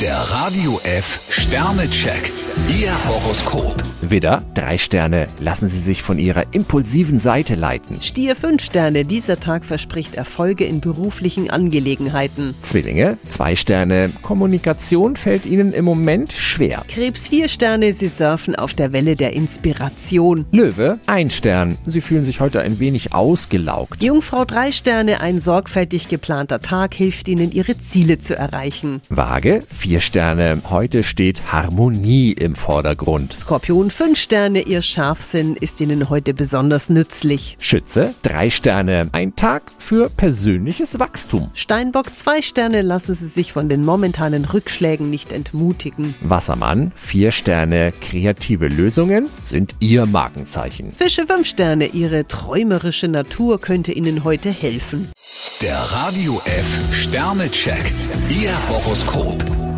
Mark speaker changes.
Speaker 1: Der Radio F Sternecheck. Ihr Horoskop.
Speaker 2: Widder, drei Sterne. Lassen Sie sich von Ihrer impulsiven Seite leiten.
Speaker 3: Stier 5 Sterne, dieser Tag verspricht Erfolge in beruflichen Angelegenheiten.
Speaker 2: Zwillinge, zwei Sterne. Kommunikation fällt Ihnen im Moment schwer.
Speaker 3: Krebs 4 Sterne, Sie surfen auf der Welle der Inspiration.
Speaker 2: Löwe, ein Stern. Sie fühlen sich heute ein wenig ausgelaugt.
Speaker 3: Jungfrau 3 Sterne, ein sorgfältig geplanter Tag hilft Ihnen, Ihre Ziele zu erreichen.
Speaker 2: Waage, vier Sterne. Heute steht Harmonie im Vordergrund.
Speaker 3: Skorpion 5 Sterne, Ihr Scharfsinn ist Ihnen heute besonders nützlich.
Speaker 2: Schütze, drei Sterne. Ein Tag für persönliches Wachstum.
Speaker 3: Steinbock 2 Sterne, lassen Sie sich von den momentanen Rückschlägen nicht entmutigen.
Speaker 2: Wassermann, vier Sterne. Kreative Lösungen sind Ihr Markenzeichen.
Speaker 3: Fische 5 Sterne, Ihre träumerische Natur könnte Ihnen heute helfen.
Speaker 1: Der Radio F Sternecheck. Ihr Horoskop.